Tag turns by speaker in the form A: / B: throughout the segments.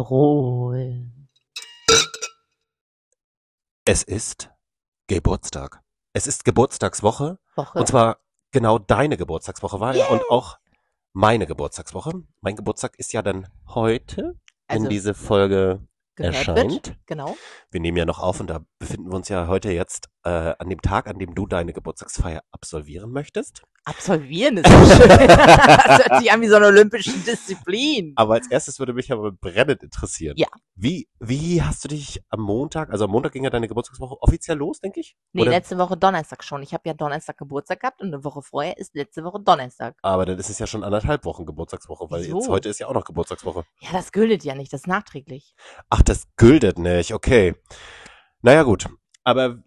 A: Rhabarberol.
B: Es ist Geburtstag. Es ist Geburtstagswoche.
A: Woche.
B: Und zwar genau deine Geburtstagswoche war ja und auch meine Geburtstagswoche. Mein Geburtstag ist ja dann heute, wenn
A: Also,
B: diese Folge
A: gehört
B: erscheint.
A: Wird, genau.
B: Wir nehmen ja noch auf und da befinden wir uns ja heute jetzt äh, an dem Tag, an dem du deine Geburtstagsfeier absolvieren möchtest.
A: Absolvieren ist so schön. das hört sich an wie so eine olympische Disziplin.
B: Aber als erstes würde mich aber brennend interessieren.
A: Ja.
B: Wie, wie hast du dich am Montag, also am Montag ging ja deine Geburtstagswoche offiziell los, denke ich?
A: Nee,
B: Oder-
A: letzte Woche Donnerstag schon. Ich habe ja Donnerstag Geburtstag gehabt und eine Woche vorher ist letzte Woche Donnerstag.
B: Aber dann ist es ja schon anderthalb Wochen Geburtstagswoche, weil jetzt
A: Wieso?
B: heute ist ja auch noch Geburtstagswoche.
A: Ja, das gültet ja nicht, das ist nachträglich.
B: Ach, das gültet nicht, okay. Naja, gut. Aber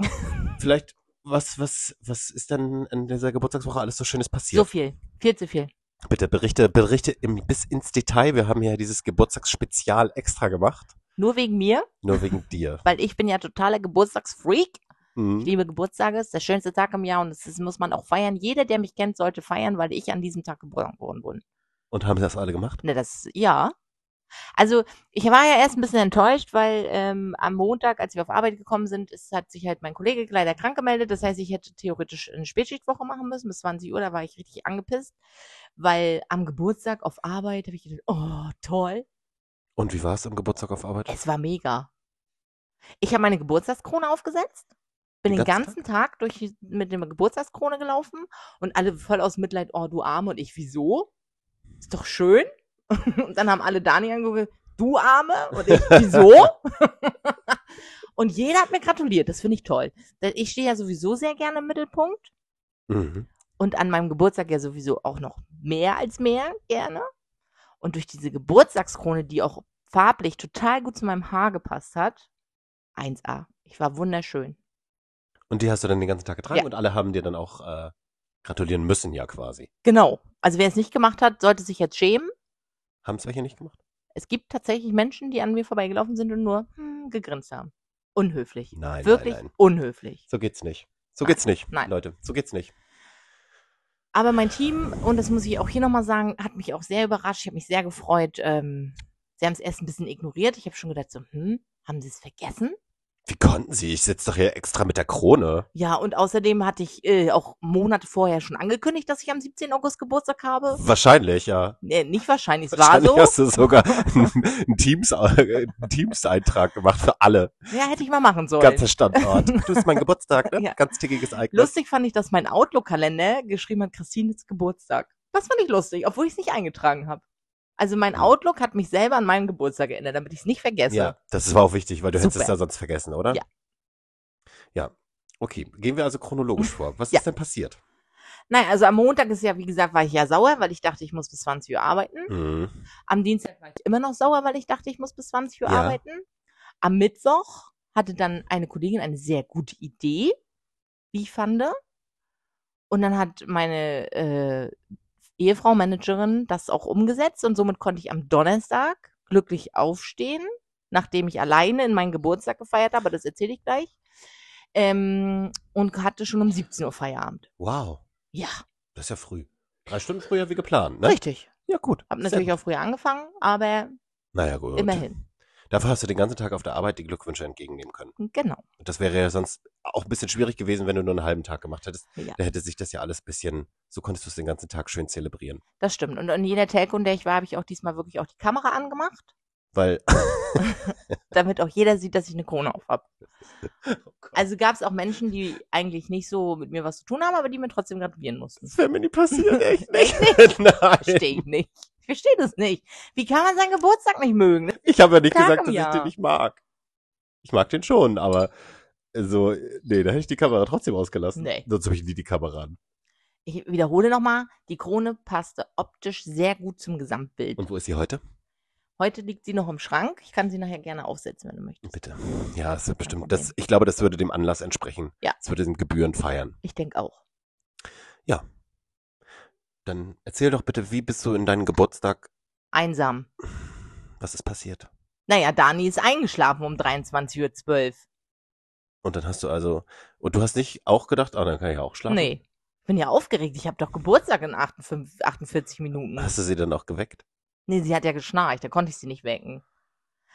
B: vielleicht, was, was, was ist denn in dieser Geburtstagswoche alles so Schönes
A: So
B: passiert?
A: viel, viel zu viel.
B: Bitte berichte, berichte im, bis ins Detail. Wir haben ja dieses Geburtstagsspezial extra gemacht.
A: Nur wegen mir,
B: Nur wegen dir.
A: weil ich bin ja totaler Geburtstagsfreak. Ich
B: Mhm.
A: liebe Geburtstage, ist der schönste Tag im Jahr und das ist- muss man auch feiern. Jeder, der mich kennt, sollte feiern, weil ich an diesem Tag geboren wurde.
B: Und haben das alle gemacht?
A: Ne, das, ja. Also, ich war ja erst ein bisschen enttäuscht, weil ähm, am Montag, als wir auf Arbeit gekommen sind, ist, hat sich halt mein Kollege leider krank gemeldet. Das heißt, ich hätte theoretisch eine Spätschichtwoche machen müssen bis 20 Uhr. Da war ich richtig angepisst, weil am Geburtstag auf Arbeit habe ich gedacht, oh, toll.
B: Und wie war es am Geburtstag auf Arbeit?
A: Es war mega. Ich habe meine Geburtstagskrone aufgesetzt, bin
B: Den
A: den
B: ganzen
A: ganzen Tag durch die- mit der Geburtstagskrone gelaufen und alle voll aus Mitleid, oh du Arme und ich, wieso? Ist doch schön. Und dann haben alle Dani angeguckt, du Arme und ich, wieso? und jeder hat mir gratuliert, das finde ich toll. Denn Ich stehe ja sowieso sehr gerne im Mittelpunkt
B: Mhm.
A: und an meinem Geburtstag ja sowieso auch noch mehr als mehr gerne. Und durch diese Geburtstagskrone, die auch farblich total gut zu meinem Haar gepasst hat, 1A. Ich war wunderschön.
B: Und die hast du dann den ganzen Tag getragen
A: Ja.
B: und alle haben dir dann auch äh, gratulieren müssen, ja quasi.
A: Genau. Also wer es nicht gemacht hat, sollte sich jetzt schämen.
B: Haben es welche nicht gemacht?
A: Es gibt tatsächlich Menschen, die an mir vorbeigelaufen sind und nur hm, gegrinst haben. Unhöflich.
B: Nein,
A: Wirklich
B: nein, nein.
A: unhöflich.
B: So geht's nicht. So
A: Nein,
B: geht's nicht,
A: nein.
B: Leute. So geht's nicht.
A: Aber mein Team, und das muss ich auch hier nochmal sagen, hat mich auch sehr überrascht. Ich habe mich sehr gefreut. Ähm, sie haben es erst ein bisschen ignoriert. Ich habe schon gedacht, so, hm, haben sie es vergessen?
B: Wie konnten sie? Ich sitze doch hier extra mit der Krone.
A: Ja, und außerdem hatte ich äh, auch Monate vorher schon angekündigt, dass ich am 17. August Geburtstag habe.
B: Wahrscheinlich, ja.
A: Nee, nicht wahrscheinlich, es war
B: Wahrscheinlich
A: so.
B: hast du sogar einen Teams, äh, einen Teams-Eintrag gemacht für alle.
A: Ja, hätte ich mal machen sollen.
B: Ganzer Standort. Du bist mein Geburtstag, ne?
A: Ja.
B: Ganz tickiges Ereignis.
A: Lustig fand ich, dass mein Outlook-Kalender geschrieben hat, Christines Geburtstag. Das fand ich lustig, obwohl ich es nicht eingetragen habe. Also mein Outlook hat mich selber an meinen Geburtstag erinnert, damit ich es nicht vergesse.
B: Mhm. Ja, das war auch wichtig, weil du hättest es
A: Super.
B: ja sonst vergessen, oder?
A: Ja.
B: Ja. Okay, gehen wir also chronologisch vor. Was
A: Mhm. Ja.
B: ist denn passiert?
A: Nein, also am Montag ist ja, wie gesagt, war ich ja sauer, weil ich dachte, ich muss bis 20 Uhr arbeiten.
B: Mhm.
A: Am Dienstag war ich immer noch sauer, weil ich dachte, ich muss bis 20 Uhr
B: Ja.
A: arbeiten. Am Mittwoch hatte dann eine Kollegin eine sehr gute Idee, wie ich fand. Und dann hat meine äh, Ehefrau, Managerin, das auch umgesetzt und somit konnte ich am Donnerstag glücklich aufstehen, nachdem ich alleine in meinen Geburtstag gefeiert habe, das erzähle ich gleich. Ähm, und hatte schon um 17 Uhr Feierabend.
B: Wow,
A: Ja,
B: das ist ja früh. Drei Stunden früher wie geplant, ne?
A: richtig.
B: Ja, gut.
A: Hab natürlich auch früher angefangen, aber
B: Naja, gut.
A: immerhin.
B: Dafür hast du den ganzen Tag auf der Arbeit die Glückwünsche entgegennehmen können.
A: Genau.
B: Und das wäre ja sonst auch ein bisschen schwierig gewesen, wenn du nur einen halben Tag gemacht hättest.
A: Ja.
B: Da hätte sich das ja alles ein bisschen, so konntest du es den ganzen Tag schön zelebrieren.
A: Das stimmt. Und in jeder Telco, in der ich war, habe ich auch diesmal wirklich auch die Kamera angemacht,
B: Weil,
A: damit auch jeder sieht, dass ich eine Krone auf habe.
B: oh Gott,
A: Also gab es auch Menschen, die eigentlich nicht so mit mir was zu tun haben, aber die mir trotzdem gratulieren mussten.
B: das wäre mir nie passiert, echt nicht.
A: Echt
B: Nein,
A: Verstehe ich nicht. Ich verstehe das nicht. Wie kann man seinen Geburtstag nicht mögen? ne? Das
B: ich habe ja nicht
A: Tag
B: gesagt,
A: im
B: dass ich
A: Jahr.
B: den nicht mag. Ich mag den schon, aber so, nee, da hätte ich die Kamera trotzdem ausgelassen.
A: Nee.
B: Sonst habe ich nie die Kamera an.
A: Ich wiederhole nochmal, die Krone passte optisch sehr gut zum Gesamtbild.
B: Und wo ist sie heute?
A: Heute liegt sie noch im Schrank. Ich kann sie nachher gerne aufsetzen, wenn du möchtest.
B: Bitte. Ja, es
A: Kein
B: wird bestimmt, das, ich glaube, das würde dem Anlass entsprechen.
A: Ja.
B: Es würde den Gebühren feiern.
A: Ich denke auch.
B: Dann erzähl doch bitte, wie bist du in deinen Geburtstag?
A: Einsam.
B: Was ist passiert?
A: Naja, Dani ist eingeschlafen um 23.12 Uhr.
B: Und dann hast du also, und du hast nicht auch gedacht, ah, dann kann ich ja auch schlafen?
A: Nee. Ich bin ja aufgeregt. Ich habe doch Geburtstag in 58, 48 Minuten.
B: Hast du sie dann auch geweckt?
A: Nee, sie hat ja geschnarcht, da konnte ich sie nicht wecken.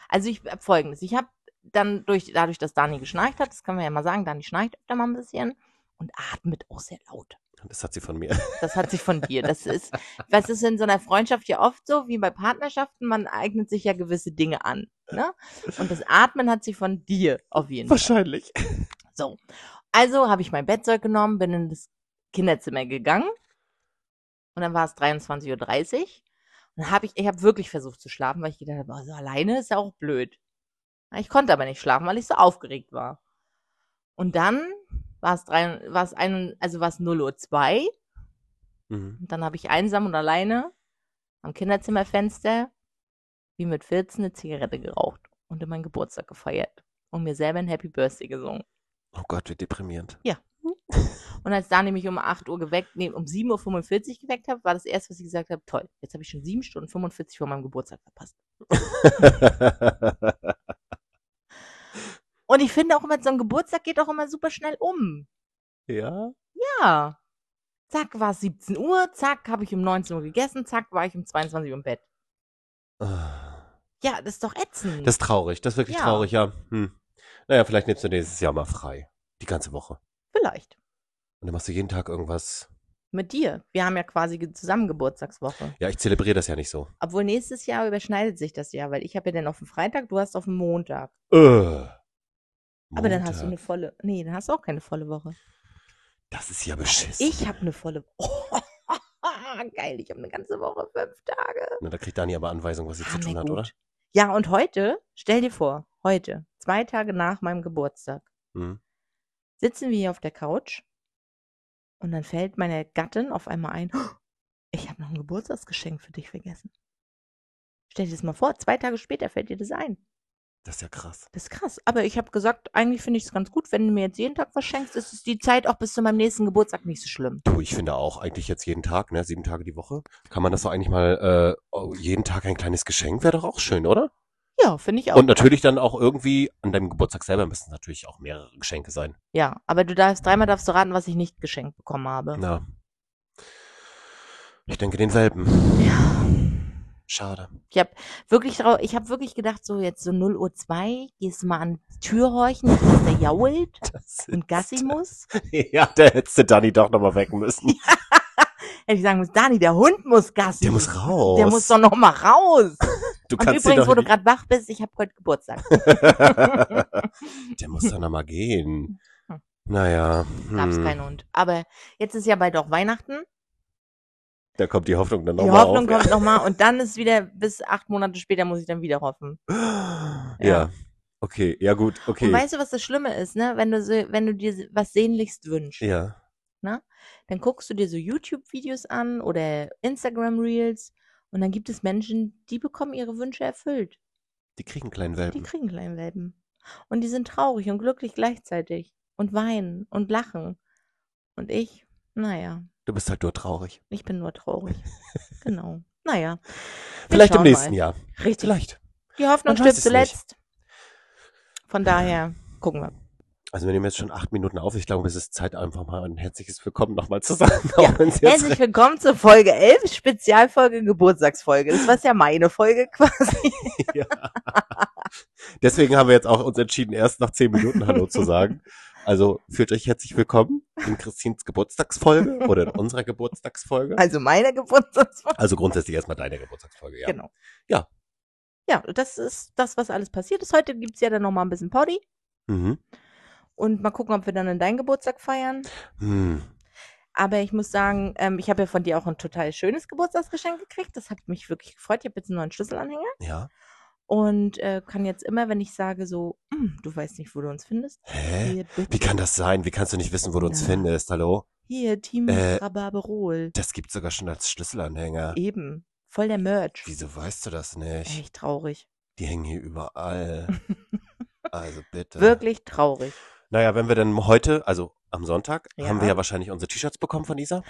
A: Also ich hab folgendes. Ich habe dann durch, dadurch, dass Dani geschnarcht hat, das kann man ja mal sagen, Dani schnarcht öfter mal ein bisschen und atmet auch sehr laut.
B: Das hat sie von mir.
A: Das hat sich von dir. Das ist, was ist in so einer Freundschaft ja oft so, wie bei Partnerschaften, man eignet sich ja gewisse Dinge an. Ne? Und das Atmen hat sie von dir auf jeden Fall.
B: Wahrscheinlich.
A: So. Also habe ich mein Bettzeug genommen, bin in das Kinderzimmer gegangen und dann war es 23.30 Uhr. Und dann habe ich, ich habe wirklich versucht zu schlafen, weil ich gedacht habe, oh, so alleine ist ja auch blöd. Ich konnte aber nicht schlafen, weil ich so aufgeregt war. Und dann war es drei, war es ein, also war es 0 Uhr 2.
B: Mhm.
A: Und dann habe ich einsam und alleine am Kinderzimmerfenster wie mit 14 eine Zigarette geraucht und in meinen Geburtstag gefeiert und mir selber ein Happy Birthday gesungen.
B: Oh Gott, wie deprimierend.
A: Und als Dani mich um 8 Uhr geweckt, nee, um 7.45 Uhr geweckt hat, war das erste, was ich gesagt habe, toll, jetzt habe ich schon 7 Stunden 45 vor meinem Geburtstag verpasst. Und ich finde auch immer, so ein Geburtstag geht auch immer super schnell um.
B: ja?
A: Ja. Zack, war es 17 Uhr, zack, habe ich um 19 Uhr gegessen, zack, war ich um 22 Uhr im Bett.
B: Ah,
A: Ja, das ist doch ätzend.
B: Das ist traurig, das ist wirklich
A: Hm. Ja.
B: traurig, ja. Hm. Naja, vielleicht nimmst du nächstes Jahr mal frei. Die ganze Woche.
A: Vielleicht.
B: Und dann machst du jeden Tag irgendwas.
A: Mit dir. Wir haben ja quasi ge- zusammen Geburtstagswoche.
B: Ja, ich zelebriere das ja nicht so.
A: Obwohl nächstes Jahr überschneidet sich das ja, weil ich habe ja dann auf den Freitag, du hast auf den Montag.
B: Äh.
A: Aber dann hast du eine
B: Montag.
A: volle. Nee, dann hast du auch keine volle Woche.
B: Das ist ja beschissen.
A: Ich habe eine volle Woche. geil, ich habe eine ganze Woche, fünf Tage. Ah,
B: Na, da kriegt Dani aber Anweisung, was sie zu
A: na
B: tun hat,
A: gut.
B: oder?
A: Ja, und heute, stell dir vor, heute, zwei Tage nach meinem Geburtstag,
B: Hm.
A: sitzen wir hier auf der Couch und dann fällt meine Gattin auf einmal ein, "Oh, ich habe noch ein Geburtstagsgeschenk für dich vergessen. Stell dir das mal vor, zwei Tage später fällt dir das ein.
B: Das ist ja krass.
A: Das ist krass. Aber ich habe gesagt, eigentlich finde ich es ganz gut, wenn du mir jetzt jeden Tag was schenkst, ist es die Zeit auch bis zu meinem nächsten Geburtstag nicht so schlimm.
B: Du, ich finde auch eigentlich jetzt jeden Tag, ne, sieben Tage die Woche, kann man das doch eigentlich mal, äh, oh, jeden Tag ein kleines Geschenk wäre doch auch schön, oder?
A: Ja, finde ich auch.
B: Und natürlich dann auch irgendwie an deinem Geburtstag selber müssen natürlich auch mehrere Geschenke sein.
A: ja, aber du darfst, dreimal darfst du raten, was ich nicht geschenkt bekommen habe.
B: Na. Ich denke den Welpen.
A: Ja.
B: Schade.
A: Wirklich drau- ich habe wirklich gedacht, so jetzt so 0 Uhr 2, gehst du mal an die Tür horchen, dass der jault
B: Das
A: und Gassi muss.
B: ja, da hättest du Dani doch nochmal wecken müssen.
A: Hätte ich sagen müssen, Dani, der Hund muss Gassi.
B: Der muss raus.
A: Der muss doch noch mal raus.
B: du
A: und
B: ihn
A: übrigens, wo du
B: nicht-
A: gerade wach bist, ich habe heute Geburtstag.
B: Der muss doch nochmal gehen.
A: Hm.
B: Naja.
A: Gab's
B: hm.
A: keinen Hund. Aber jetzt ist ja bald auch Weihnachten.
B: Da kommt die Hoffnung dann
A: Die
B: nochmal
A: Hoffnung
B: auf.
A: kommt nochmal und dann ist wieder, bis acht Monate später muss ich dann wieder hoffen.
B: Ja.
A: Ja.
B: ja. Okay, ja gut, okay.
A: Und weißt du, was das Schlimme ist, ne? Wenn du, so, wenn du dir was sehnlichst wünschst,
B: ja.
A: dann guckst du dir so YouTube-Videos an oder Instagram-Reels und dann gibt es Menschen, die bekommen ihre Wünsche erfüllt.
B: Die kriegen einen kleinen
A: Die
B: Welpen.
A: kriegen kleinen Welpen. Und die sind traurig und glücklich gleichzeitig und weinen und lachen. Und ich, naja,
B: Du bist halt nur traurig.
A: ich bin nur traurig. genau. Naja. Wir
B: Vielleicht im
A: schauen
B: nächsten
A: mal.
B: Jahr.
A: Richtig.
B: Vielleicht.
A: Die Hoffnung
B: Man
A: stirbt
B: weiß es
A: zuletzt. Von daher gucken wir.
B: Also wir nehmen jetzt schon acht Minuten auf. Ich glaube, es ist Zeit, einfach mal ein herzliches Willkommen nochmal zu sagen. auch
A: Ja,
B: wenn's jetzt
A: Herzlich willkommen zur Folge 11, Spezialfolge, Geburtstagsfolge. Das war ja meine Folge quasi.
B: Deswegen haben wir jetzt auch uns entschieden, erst nach zehn Minuten Hallo zu sagen. Also fühlt euch herzlich willkommen in Christins Geburtstagsfolge oder in unserer Geburtstagsfolge.
A: Also meine Geburtstagsfolge.
B: Also grundsätzlich erstmal deine Geburtstagsfolge, ja.
A: Genau.
B: Ja.
A: Ja, das ist das, was alles passiert ist. Heute gibt's ja dann nochmal ein bisschen Party.
B: Mhm.
A: Und mal gucken, ob wir dann in deinen Geburtstag feiern.
B: Hm.
A: Aber ich muss sagen, ähm, ich habe ja von dir auch ein total schönes Geburtstagsgeschenk gekriegt. Das hat mich wirklich gefreut. Ich habe jetzt einen neuen Schlüsselanhänger.
B: Ja.
A: Und äh, kann jetzt immer, wenn ich sage so, "Hm, du weißt nicht, wo du uns findest.
B: Hä?
A: Hier, bitte.
B: Wie kann das sein? Wie kannst du nicht wissen, wo du uns
A: Ja.
B: findest? Hallo?
A: Hier, Team
B: Äh,
A: Rabarberol.
B: Das gibt's sogar schon als Schlüsselanhänger.
A: Eben. Voll der Merch.
B: Wieso weißt du das nicht?
A: Echt traurig.
B: Die hängen hier überall. Also bitte.
A: Wirklich traurig.
B: Naja, wenn wir dann heute, also am Sonntag,
A: Ja.
B: haben wir ja wahrscheinlich unsere T-Shirts bekommen von Isa.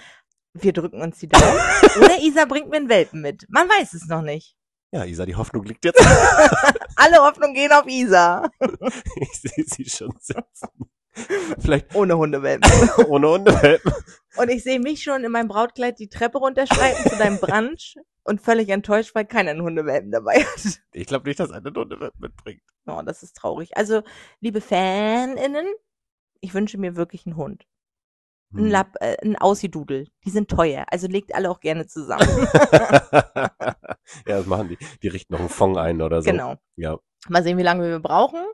A: Wir drücken uns die Daumen. Oder Isa bringt mir einen Welpen mit. Man weiß es noch nicht.
B: Ja, Isa, die Hoffnung liegt jetzt.
A: Alle Hoffnungen gehen auf Isa.
B: ich sehe sie schon sitzen. Vielleicht
A: Ohne Hundewelpen.
B: ohne Hundewelpen.
A: Und ich sehe mich schon in meinem Brautkleid die Treppe runterschreiten zu deinem Brunch und völlig enttäuscht, weil keiner einen Hundewelpen dabei hat.
B: Ich glaube nicht, dass einer einen Hundewelpen mitbringt.
A: Oh, das ist traurig. Also, liebe FanInnen, ich wünsche mir wirklich einen Hund.
B: Hm.
A: Ein, Lab, äh, ein Aussidudel. Die sind teuer. Also legt alle auch gerne zusammen.
B: ja, das machen die. Die richten noch einen Fond ein oder so.
A: Genau.
B: Ja.
A: Mal sehen, wie lange wir brauchen.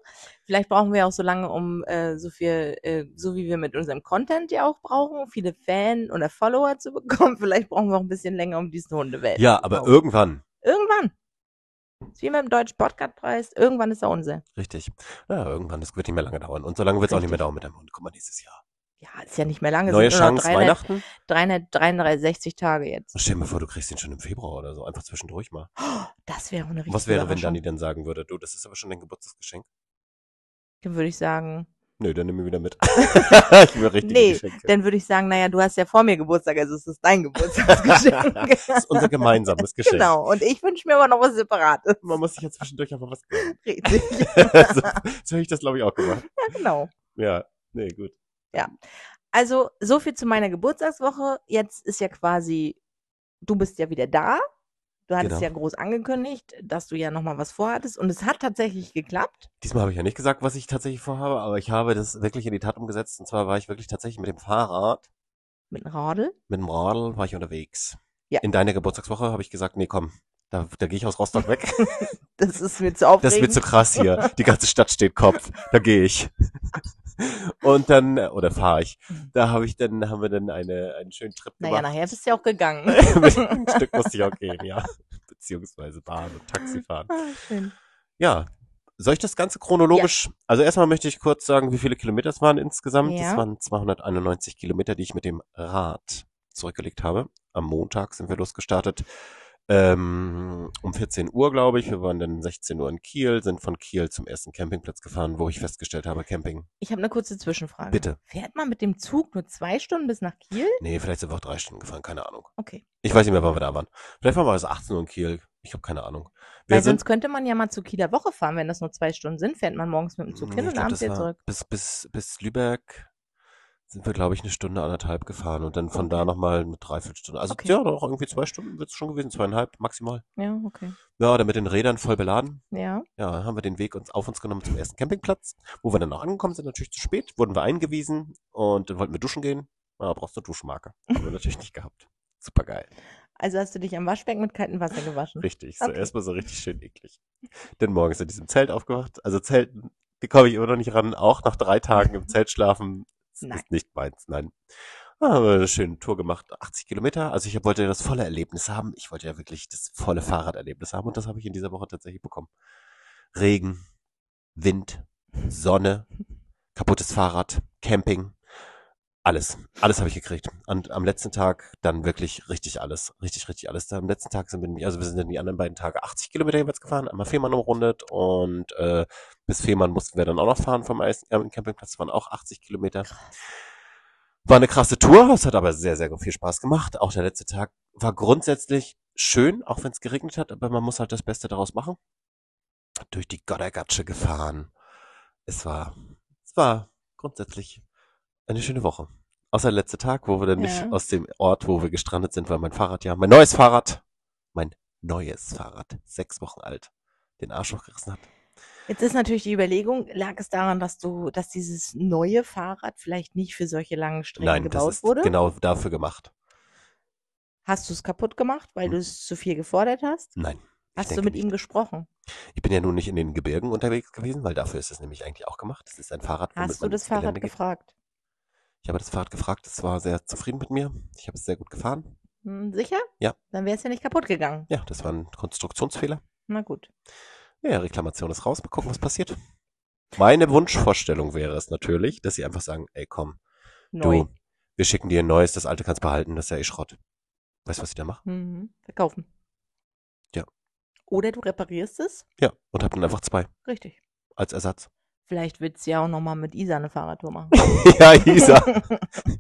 A: Vielleicht brauchen wir auch so lange, um äh, so viel, äh, so wie wir mit unserem Content ja auch brauchen, viele Fan oder Follower zu bekommen. Vielleicht brauchen wir auch ein bisschen länger, um diesen Hundewelt.
B: ja, aber
A: Genau.
B: irgendwann.
A: irgendwann. Ist wie mit dem Deutschen Podcast-Preis. Irgendwann ist er unser.
B: Richtig. Ja, irgendwann. Das wird nicht mehr lange dauern. Und so lange wird es auch nicht mehr
A: Richtig.
B: dauern mit deinem Hund. Guck mal, nächstes Jahr.
A: Ja, ist ja nicht mehr lange.
B: Neue
A: sind nur noch ne?
B: Chance, Weihnachten.
A: 363 Tage jetzt.
B: Stell dir mal vor, du kriegst den schon im Februar oder so. Einfach zwischendurch mal.
A: Das wäre eine richtige
B: Was wäre, wenn
A: Überraschung.
B: Dani dann sagen würde, du, das ist aber schon dein Geburtstagsgeschenk?
A: Dann würde ich sagen,
B: Nö, dann nimm ihn wieder mit. ich will richtige
A: Nee,
B: Geschenke.
A: dann würde ich sagen, naja, du hast ja vor mir Geburtstag, also es ist dein Geburtstagsgeschenk.
B: Das ist unser gemeinsames Geschenk.
A: genau. Und ich wünsche mir aber noch was Separates.
B: Man muss sich ja zwischendurch einfach was gönnen.
A: Richtig.
B: so, so hätte ich das, glaube ich, auch gemacht.
A: Ja, genau.
B: Ja, nee, gut.
A: Also, so viel zu meiner Geburtstagswoche. Jetzt ist ja quasi, du bist ja wieder da. Du hattest
B: Genau.
A: ja groß angekündigt, dass du ja nochmal was vorhattest. Und es hat tatsächlich geklappt.
B: Diesmal habe ich ja nicht gesagt, was ich tatsächlich vorhabe, aber ich habe das wirklich in die Tat umgesetzt. Und zwar war ich wirklich tatsächlich mit dem Fahrrad,
A: Mit einem Radl.
B: mit dem Radl war ich unterwegs.
A: Ja.
B: In deiner Geburtstagswoche habe ich gesagt, nee, komm, da, da gehe ich aus Rostock weg.
A: Das ist mir zu aufregend.
B: Das wird zu krass hier. Die ganze Stadt steht Kopf. Da gehe ich. Und dann, äh, oder fahre ich. Da habe ich dann, haben wir dann eine, einen schönen Trip
A: Naja,
B: gemacht.
A: nachher bist du Mhm. ja auch gegangen.
B: Mit dem Stück musste ich auch gehen, ja. Beziehungsweise Bahn und Taxi fahren.
A: Ah, schön.
B: Ja. Soll ich das Ganze chronologisch? Also erstmal möchte ich kurz sagen, wie viele Kilometer es waren insgesamt.
A: Ja.
B: Es waren 291 Kilometer, die ich mit dem Rad zurückgelegt habe. Am Montag sind wir losgestartet. Ähm, um 14 Uhr, glaube ich. Wir waren dann 16 Uhr in Kiel, sind von Kiel zum ersten Campingplatz gefahren, wo ich festgestellt habe, Camping.
A: Ich habe eine kurze Zwischenfrage.
B: Bitte.
A: Fährt man mit dem Zug nur zwei Stunden bis nach Kiel?
B: Nee, vielleicht sind wir auch drei Stunden gefahren, keine Ahnung.
A: Okay.
B: Ich weiß nicht mehr, wann wir da waren. Vielleicht waren wir also 18 Uhr in Kiel. Ich habe keine Ahnung. Wir
A: Weil sonst könnte man ja mal zur Kieler Woche fahren, wenn das nur zwei Stunden sind, fährt man morgens mit dem Zug hin
B: Hm, Ich
A: und
B: glaub,
A: abends
B: das
A: wieder
B: war-
A: zurück.
B: Bis, bis, bis Lübeck sind wir, glaube ich, eine Stunde, anderthalb gefahren und dann von da nochmal eine Dreiviertelstunde. Also
A: Okay.
B: ja, doch, irgendwie zwei Stunden wird es schon gewesen, zweieinhalb maximal.
A: Ja, okay.
B: Ja, dann mit den Rädern voll beladen.
A: Ja.
B: Ja, dann haben wir den Weg uns auf uns genommen zum ersten Campingplatz, wo wir dann auch angekommen sind, natürlich zu spät, wurden wir eingewiesen und dann wollten wir duschen gehen. Ja, brauchst du eine Duschmarke. Haben wir natürlich nicht gehabt. Super geil.
A: Also hast du dich am Waschbecken mit kaltem Wasser gewaschen.
B: Richtig, so
A: Okay.
B: erstmal so richtig schön eklig. Denn morgens in diesem Zelt aufgewacht, also Zelten, die komme ich immer noch nicht ran, auch nach drei Tagen im Zelt schlafen, das
A: Nein.
B: ist nicht meins, nein. Dann haben wir eine schöne Tour gemacht, 80 Kilometer, also ich wollte ja das volle Erlebnis haben, ich wollte ja wirklich das volle Fahrraderlebnis haben und das habe ich in dieser Woche tatsächlich bekommen. Regen, Wind, Sonne, kaputtes Fahrrad, Camping, alles. Alles habe ich gekriegt. Und am letzten Tag dann wirklich richtig alles. Richtig, richtig alles. Am letzten Tag sind wir, nämlich- also wir sind dann die anderen beiden Tage 80 Kilometer jeweils gefahren, einmal Fehmarn umrundet und äh, bis Fehmarn mussten wir dann auch noch fahren vom ersten äh, Campingplatz, waren auch 80 Kilometer. War eine krasse Tour, es hat aber sehr, sehr viel Spaß gemacht. Auch der letzte Tag war grundsätzlich schön, auch wenn es geregnet hat, aber man muss halt das Beste daraus machen. Durch die Gottergatsche gefahren. Es war, es war grundsätzlich eine schöne Woche. Außer der letzte Tag, wo wir dann
A: Ja.
B: nicht aus dem Ort, wo wir gestrandet sind, weil mein Fahrrad ja, mein neues Fahrrad, mein neues Fahrrad, sechs Wochen alt, den Arsch hochgerissen hat.
A: Jetzt ist natürlich die Überlegung, lag es daran, dass du, dass dieses neue Fahrrad vielleicht nicht für solche langen Strecken
B: Nein, das
A: gebaut
B: ist
A: wurde?
B: genau dafür gemacht.
A: Hast du es kaputt gemacht, weil
B: Hm.
A: du es zu viel gefordert hast?
B: Nein. ich
A: Hast du
B: denke
A: mit
B: nicht.
A: ihm gesprochen?
B: Ich bin ja nun nicht in den Gebirgen unterwegs gewesen, weil dafür ist es nämlich eigentlich auch gemacht. Das ist ein Fahrrad. womit
A: Hast du
B: man
A: das
B: ins
A: Fahrrad
B: Gelände geht.
A: gefragt?
B: Ich habe das Fahrrad gefragt. Es war sehr zufrieden mit mir. Ich habe es sehr gut gefahren.
A: Hm, sicher?
B: Ja.
A: Dann wäre es ja nicht kaputt gegangen.
B: Ja, das war ein Konstruktionsfehler.
A: Na gut.
B: Ja, Reklamation ist raus. Mal gucken, was passiert. Meine Wunschvorstellung wäre es natürlich, dass sie einfach sagen, ey, komm,
A: Neu.
B: du, wir schicken dir ein neues, das alte kannst behalten, das ist ja eh Schrott. Weißt du, was sie da machen?
A: Mhm. Verkaufen.
B: Ja.
A: Oder du reparierst es?
B: Ja, und hab dann einfach zwei
A: Richtig.
B: als Ersatz.
A: Vielleicht willst du ja auch nochmal mit Isa eine Fahrradtour machen.
B: ja, Isa.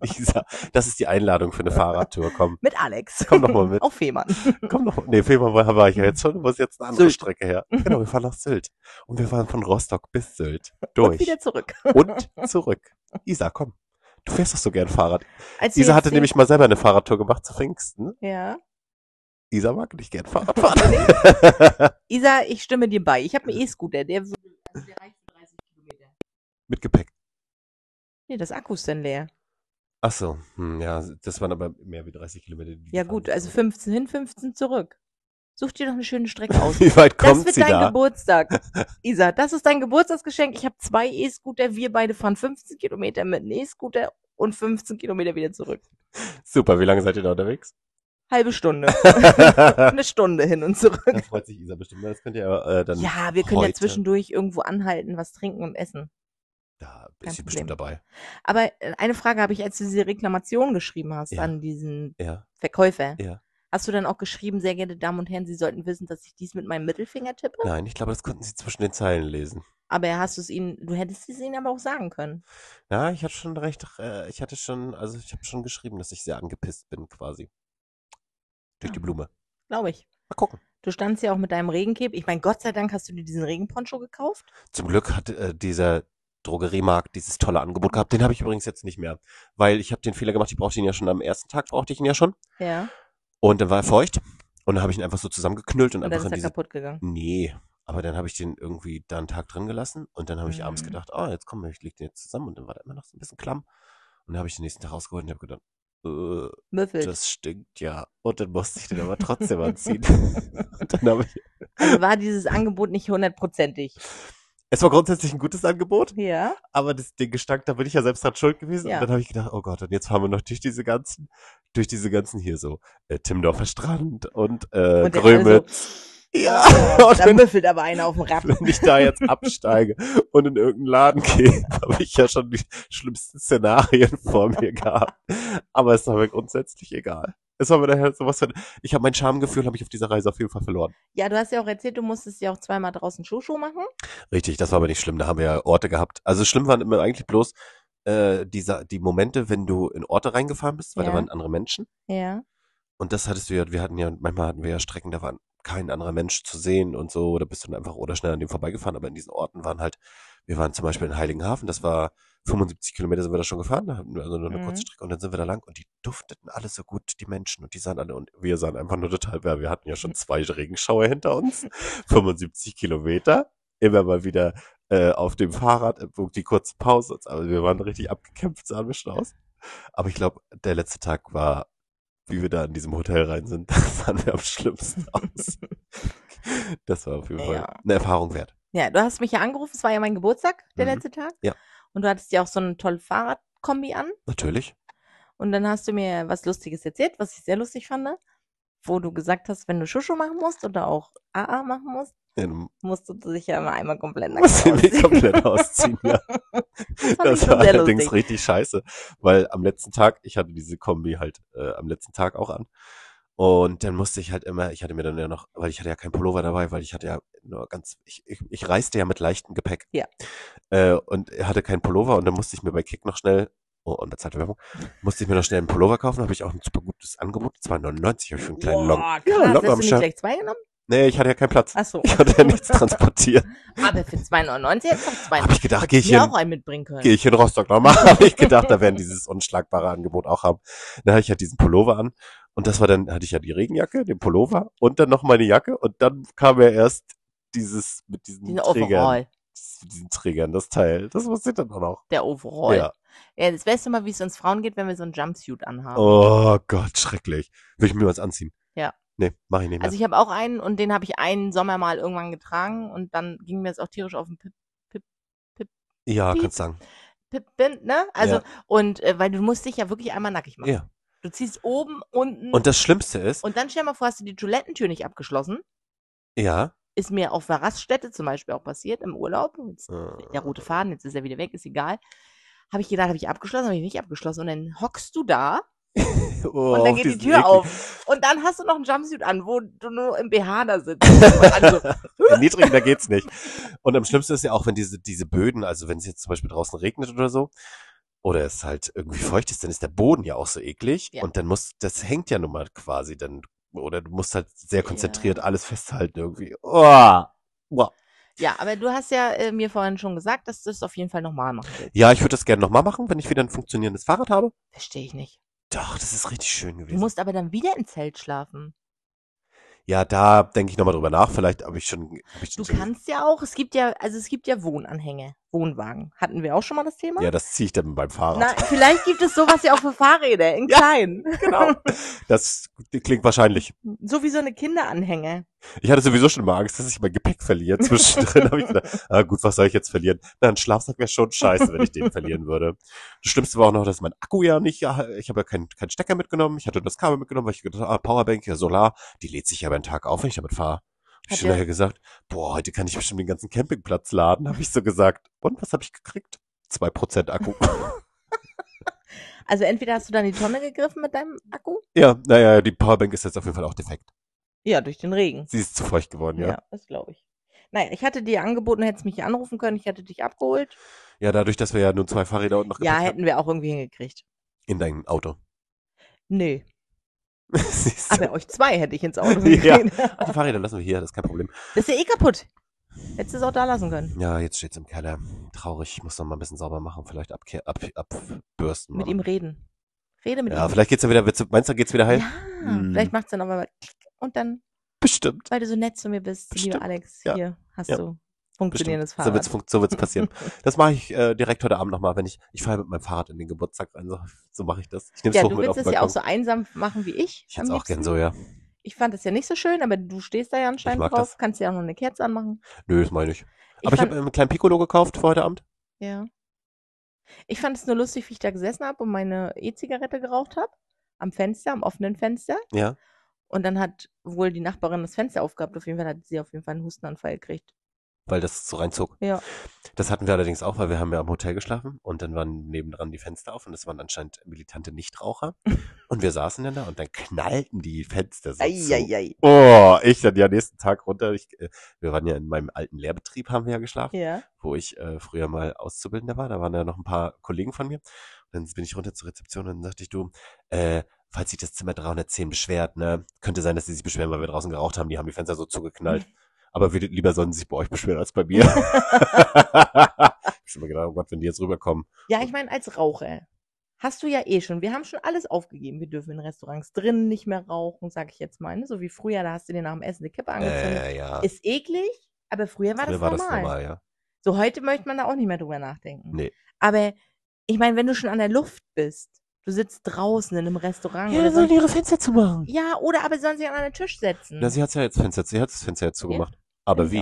B: Isa. Das ist die Einladung für eine Fahrradtour. Komm,
A: Mit Alex.
B: Komm doch mal mit.
A: Auf Fehmarn.
B: komm noch. Nee, Fehmarn war war ich ja jetzt schon. Du musst jetzt eine andere
A: Sylt.
B: Strecke her. Genau, wir fahren nach Sylt. Und wir fahren von Rostock bis Sylt.
A: Und
B: Durch.
A: wieder zurück.
B: Und, zurück. Isa, komm. Du fährst doch so gern Fahrrad.
A: Als wir
B: Isa
A: jetzt
B: hatte
A: den-
B: nämlich mal selber eine Fahrradtour gemacht zu Pfingsten. ne?
A: Ja.
B: Isa mag nicht gern Fahrrad fahren.
A: Isa, ich stimme dir bei. Ich habe einen E-Scooter, der würde. Also der reicht für 30 Kilometer.
B: Mit Gepäck.
A: Nee, das Akku ist dann leer.
B: Ach so, hm, ja, das waren aber mehr wie 30 Kilometer. die wir
A: Ja,
B: gefahren
A: gut,
B: sind.
A: also 15 hin, 15 zurück. Such dir doch eine schöne Strecke aus.
B: Wie weit
A: Das
B: kommt
A: wird
B: sie
A: dein
B: da?
A: Geburtstag. Isa, das ist dein Geburtstagsgeschenk. Ich habe zwei E-Scooter. Wir beide fahren 15 Kilometer mit einem E-Scooter und 15 Kilometer wieder zurück.
B: Super, wie lange seid ihr da unterwegs?
A: Halbe Stunde.
B: da
A: eine Stunde hin und zurück.
B: freut sich Isa bestimmt. Das könnt ihr äh, dann.
A: Ja, wir können ja
B: heute.
A: zwischendurch irgendwo anhalten, was trinken und essen.
B: Da ist
A: Kein
B: sie bestimmt
A: Problem.
B: dabei.
A: Aber äh, eine Frage habe ich, als du diese Reklamation geschrieben hast
B: Ja.
A: an diesen
B: Ja.
A: Verkäufer.
B: Ja.
A: Hast du dann auch geschrieben, sehr geehrte Damen und Herren, Sie sollten wissen, dass ich dies mit meinem Mittelfinger tippe?
B: Nein, ich glaube, das konnten sie zwischen den Zeilen lesen.
A: Aber hast du es ihnen, du hättest es ihnen aber auch sagen können.
B: Ja, ich hatte schon recht, äh, ich hatte schon, also ich habe schon geschrieben, dass ich sehr angepisst bin, quasi. Durch die
A: Ah.
B: Blume.
A: Glaube ich.
B: Mal gucken.
A: Du standst ja auch mit deinem Regencape. Ich meine, Gott sei Dank hast du dir diesen Regenponcho gekauft.
B: Zum Glück hat äh, dieser Drogeriemarkt dieses tolle Angebot gehabt. Den habe ich übrigens jetzt nicht mehr. Weil ich habe den Fehler gemacht, ich brauchte ihn ja schon am ersten Tag, brauchte ich ihn ja schon.
A: Ja.
B: Und dann war er feucht. Und dann habe ich ihn einfach so zusammengeknüllt und,
A: Und dann
B: einfach
A: ist
B: in
A: er
B: diese
A: kaputt gegangen.
B: Nee, aber dann habe ich den irgendwie da einen Tag drin gelassen und dann habe ich abends
A: Mhm.
B: gedacht, ah, jetzt komm, ich leg den jetzt zusammen und dann war der immer noch so ein bisschen klamm. Und dann habe ich den nächsten Tag rausgeholt und habe gedacht, äh,
A: Müffelt.
B: das stinkt ja. Und dann musste ich den aber trotzdem anziehen. und dann habe ich.
A: Also war dieses Angebot nicht hundertprozentig.
B: Es war grundsätzlich ein gutes Angebot,
A: Ja.
B: aber das, den Gestank, da bin ich ja selbst dran schuld gewesen.
A: Ja.
B: Und dann habe ich gedacht, oh Gott, und jetzt fahren wir noch durch diese ganzen, durch diese ganzen hier so, äh, Timdorfer Strand und, äh,
A: Und dann
B: Grömitz.
A: alle so,
B: ja,
A: oh,
B: und
A: da
B: dann
A: müffelt aber einer auf dem Rappen.
B: wenn ich da jetzt absteige und in irgendeinen Laden gehe, habe ich ja schon die schlimmsten Szenarien vor mir gehabt. Aber es war mir grundsätzlich egal. Es war mir daher sowas von, ich habe mein Schamgefühl habe ich auf dieser Reise auf jeden Fall verloren.
A: Ja, du hast ja auch erzählt, du musstest ja auch zweimal draußen Shoshu machen.
B: Richtig, das war aber nicht schlimm, da haben wir ja Orte gehabt. Also schlimm waren immer eigentlich bloß äh, die, Sa- die Momente, wenn du in Orte reingefahren bist, weil da
A: Ja.
B: waren andere Menschen.
A: Ja.
B: Und das hattest du ja, wir hatten ja, manchmal hatten wir ja Strecken, da waren kein anderer Mensch zu sehen und so, da bist du dann einfach oder schnell an dem vorbeigefahren, aber in diesen Orten waren halt, wir waren zum Beispiel in Heiligenhafen, das war 75 Kilometer sind wir da schon gefahren, da hatten wir also nur eine
A: Mhm.
B: kurze Strecke und dann sind wir da lang und die dufteten alle so gut, die Menschen und die sahen alle und wir sahen einfach nur total, ja, wir hatten ja schon zwei Regenschauer hinter uns, 75 Kilometer, immer mal wieder äh, auf dem Fahrrad, äh, die kurze Pause, aber wir waren richtig abgekämpft, sahen wir schon aus. Aber ich glaube, der letzte Tag war wie wir da in diesem Hotel rein sind, da sahen wir am schlimmsten aus. Das war auf jeden Fall
A: Ja.
B: eine Erfahrung wert.
A: Ja, du hast mich ja angerufen, es war ja mein Geburtstag, der
B: Mhm.
A: letzte Tag.
B: Ja.
A: Und du hattest ja auch so eine tolle Fahrradkombi an.
B: Natürlich.
A: Und dann hast du mir was Lustiges erzählt, was ich sehr lustig fand, wo du gesagt hast, wenn du Shushu machen musst oder auch AA machen musst,
B: Ja, du
A: musst du dich ja immer einmal komplett nackt
B: musst den Weg
A: ausziehen.
B: komplett ausziehen, ja.
A: Das fand ich
B: Das
A: schon
B: war
A: sehr
B: allerdings
A: lustig.
B: richtig scheiße, weil am letzten Tag, ich hatte diese Kombi halt äh, am letzten Tag auch an. Und dann musste ich halt immer, ich hatte mir dann ja noch, weil ich hatte ja keinen Pullover dabei, weil ich hatte ja nur ganz, ich, ich, ich reiste ja mit leichtem Gepäck.
A: Ja.
B: Äh, und hatte keinen Pullover und dann musste ich mir bei Kick noch schnell, oh, und bezahlte Werbung, musste ich mir noch schnell einen Pullover kaufen, habe ich auch ein super gutes Angebot, 2,99 habe ich für einen kleinen Long.
A: Boah, krass,
B: Ja, Long
A: hast du
B: am
A: nicht
B: Schirm.
A: gleich zwei genommen?
B: Nee, ich hatte ja keinen Platz.
A: Achso.
B: Ich hatte ja nichts transportiert.
A: Aber Ah, für 2,99 hättest du auch zwei.
B: Habe ich gedacht, gehe ich
A: mir
B: hin,
A: auch einen mitbringen können.
B: gehe ich in Rostock nochmal. habe ich gedacht, da werden dieses unschlagbare Angebot auch haben. Dann hatte ich halt diesen Pullover an und das war dann, hatte ich ja die Regenjacke, den Pullover und dann noch meine Jacke und dann kam ja erst dieses mit diesen
A: Den
B: Trägern.
A: Overall.
B: Dieses- Mit diesen Trägern, das Teil. Das musste ich dann auch noch.
A: Der Overall.
B: Ja.
A: Oh, Ja. jetzt weißt du mal, wie es uns Frauen geht, wenn wir so einen Jumpsuit anhaben.
B: Oh Gott, schrecklich. Will ich mir was anziehen?
A: Ja.
B: Nee, mach ich nicht mehr.
A: Also ich habe auch einen und den habe ich einen Sommer mal irgendwann getragen und dann ging mir das auch tierisch auf den Pip,
B: ja, kannst sagen.
A: Pip, Pip ne? Also
B: Ja.
A: und äh, weil du musst dich ja wirklich einmal nackig machen.
B: Ja.
A: Du ziehst oben, unten
B: Und das Schlimmste ist,
A: und dann stell mal vor, hast du die Toilettentür nicht abgeschlossen.
B: ja.
A: Ist mir auf einer Raststätte zum Beispiel auch passiert im Urlaub. Jetzt, der rote Faden, jetzt ist er wieder weg, ist egal. Habe ich gedacht, habe ich abgeschlossen, habe ich nicht abgeschlossen und dann hockst du da
B: Oh,
A: und dann
B: auf
A: geht die
B: diesen
A: Tür
B: eklig-
A: auf. Und dann hast du noch einen Jumpsuit an, wo du nur im BH da sitzt. Und dann also so,
B: Erniedrigender geht's nicht. Und am schlimmsten ist ja auch, wenn diese, diese Böden, also wenn es jetzt zum Beispiel draußen regnet oder so, oder es halt irgendwie feucht ist, dann ist der Boden ja auch so eklig.
A: Ja.
B: Und dann muss, das hängt ja nun mal quasi dann, oder du musst halt sehr konzentriert alles festhalten irgendwie. Oh. Wow.
A: ja, aber du hast ja äh, mir vorhin schon gesagt, dass du es auf jeden Fall nochmal machen willst.
B: Ja, ich würde das gerne nochmal machen, wenn ich wieder ein funktionierendes Fahrrad habe.
A: Verstehe ich nicht.
B: Doch, das ist richtig schön
A: Du
B: gewesen.
A: musst aber dann wieder im Zelt schlafen.
B: ja, da denke ich nochmal drüber nach. Vielleicht habe ich schon. Hab ich
A: Du
B: schon-
A: kannst ja auch, es gibt ja, also es gibt ja Wohnanhänge, Wohnwagen. Hatten wir auch schon mal das Thema?
B: Ja, das ziehe ich dann beim Fahrrad.
A: Na, vielleicht gibt es sowas ja auch für Fahrräder, in
B: Ja.
A: klein.
B: Genau. Das klingt wahrscheinlich.
A: So wie so eine Kinderanhänge.
B: Ich hatte sowieso schon mal Angst, dass ich mein Gepäck verliere. Zwischendrin habe ich gedacht, ah, gut, was soll ich jetzt verlieren? Na, ein Schlafsack wäre schon scheiße, wenn ich den verlieren würde. Das Schlimmste war auch noch, dass mein Akku ja nicht, ja, ich habe ja keinen keinen Stecker mitgenommen, ich hatte nur das Kabel mitgenommen, weil ich gedacht habe, ah, Powerbank, ja, Solar, die lädt sich ja beim Tag auf, wenn ich damit fahre. Hab
A: Hat
B: ich schon
A: ja-
B: nachher gesagt, boah, heute kann ich bestimmt den ganzen Campingplatz laden, habe ich so gesagt. Und was habe ich gekriegt? Zwei Prozent Akku.
A: Also entweder hast du dann die Tonne gegriffen mit deinem Akku.
B: ja, naja, die Powerbank ist jetzt auf jeden Fall auch defekt.
A: Ja, durch den Regen.
B: Sie ist zu feucht geworden,
A: Ja,
B: ja.
A: das glaube ich. Naja, ich hatte dir angeboten, hättest mich hier anrufen können, ich hätte dich abgeholt.
B: Ja, dadurch, dass wir ja nur zwei Fahrräder und noch
A: Ja,
B: gepackt haben.
A: hätten wir auch irgendwie hingekriegt.
B: in dein Auto.
A: Nö,
B: Siehst du?
A: aber euch zwei hätte ich ins Auto
B: Ja.
A: gekriegt.
B: Ah, die Fahrräder lassen wir hier, das ist kein Problem.
A: Das ist ja eh kaputt. Hättest du es auch da lassen können.
B: Ja, jetzt steht's im Keller. Traurig, ich muss noch mal ein bisschen sauber machen, vielleicht abkehr, ab, abbürsten.
A: Mit
B: Mann.
A: ihm reden. Rede mit
B: ja,
A: ihm.
B: vielleicht geht's ja wieder, wird's- meinst du, geht's wieder heil?
A: Ja,
B: Hm.
A: vielleicht macht es dann nochmal klick und dann,
B: Bestimmt.
A: weil du so nett zu mir bist,
B: Bestimmt,
A: lieber Alex,
B: ja.
A: hier hast
B: Ja.
A: du
B: Bestimmt.
A: funktionierendes
B: So
A: Fahrrad.
B: wird's, fun- so wird's passieren. das mache ich äh, direkt heute Abend nochmal, wenn ich, ich fahre mit meinem Fahrrad in den Geburtstag rein, so, so mache ich das. Ich nehme
A: ja,
B: hoch
A: du
B: mit auf
A: willst es
B: den
A: ja
B: Balkon.
A: auch so einsam machen wie ich.
B: ich
A: am
B: hätte auch gern
A: liebsten.
B: so, ja.
A: Ich fand das ja nicht so schön, aber du stehst da ja anscheinend
B: mag
A: drauf,
B: das.
A: kannst dir auch noch eine Kerze anmachen.
B: Nö, das meine ich.
A: Ich
B: Aber ich, äh
A: fand-
B: habe einen kleinen Piccolo gekauft für heute Abend.
A: Ja. Ich fand es nur lustig, wie ich da gesessen habe und meine E-Zigarette geraucht habe. Am Fenster, am offenen Fenster.
B: Ja.
A: Und dann hat wohl die Nachbarin das Fenster aufgehabt. Auf jeden Fall hat sie auf jeden Fall einen Hustenanfall gekriegt.
B: Weil das so reinzog.
A: Ja.
B: Das hatten wir allerdings auch, weil wir haben ja am Hotel geschlafen und dann waren nebendran die Fenster auf und es waren anscheinend militante Nichtraucher. und wir saßen dann da und dann knallten die Fenster so zu.
A: Eieiei.
B: Oh, ich dann ja nächsten Tag runter. Ich, äh, wir waren ja in meinem alten Lehrbetrieb, haben wir ja geschlafen,
A: Ja.
B: wo ich äh, früher mal Auszubildender war. Da waren ja noch ein paar Kollegen von mir. Und dann bin ich runter zur Rezeption und dann sagte ich, du, äh, falls sich das Zimmer 310 beschwert, ne, könnte sein, dass sie sich beschweren, weil wir draußen geraucht haben. Die haben die Fenster so zugeknallt.
A: Mhm.
B: Aber wir, lieber sollen sie sich bei euch beschweren als bei mir. ich hab mir gedacht, oh Gott, wenn die jetzt rüberkommen.
A: Ja, ich meine, als Raucher hast du ja eh schon, wir haben schon alles aufgegeben. Wir dürfen in Restaurants drinnen nicht mehr rauchen, sag ich jetzt mal. Ne? So wie früher, da hast du dir nach dem Essen eine Kippe angezündet.
B: Äh, ja.
A: Ist eklig, aber früher war
B: Früher
A: das
B: war
A: normal.
B: das normal, ja.
A: So heute möchte man da auch nicht mehr drüber nachdenken.
B: Nee.
A: Aber ich meine, wenn du schon an der Luft bist, du sitzt draußen in einem Restaurant oder
B: dann
A: so.
B: ihre Fenster zumachen.
A: Ja, oder aber sollen sie an einen Tisch setzen.
B: Na, sie hat's ja jetzt Fenster, sie hat das Fenster jetzt zugemacht. Aber
A: Finde
B: wie?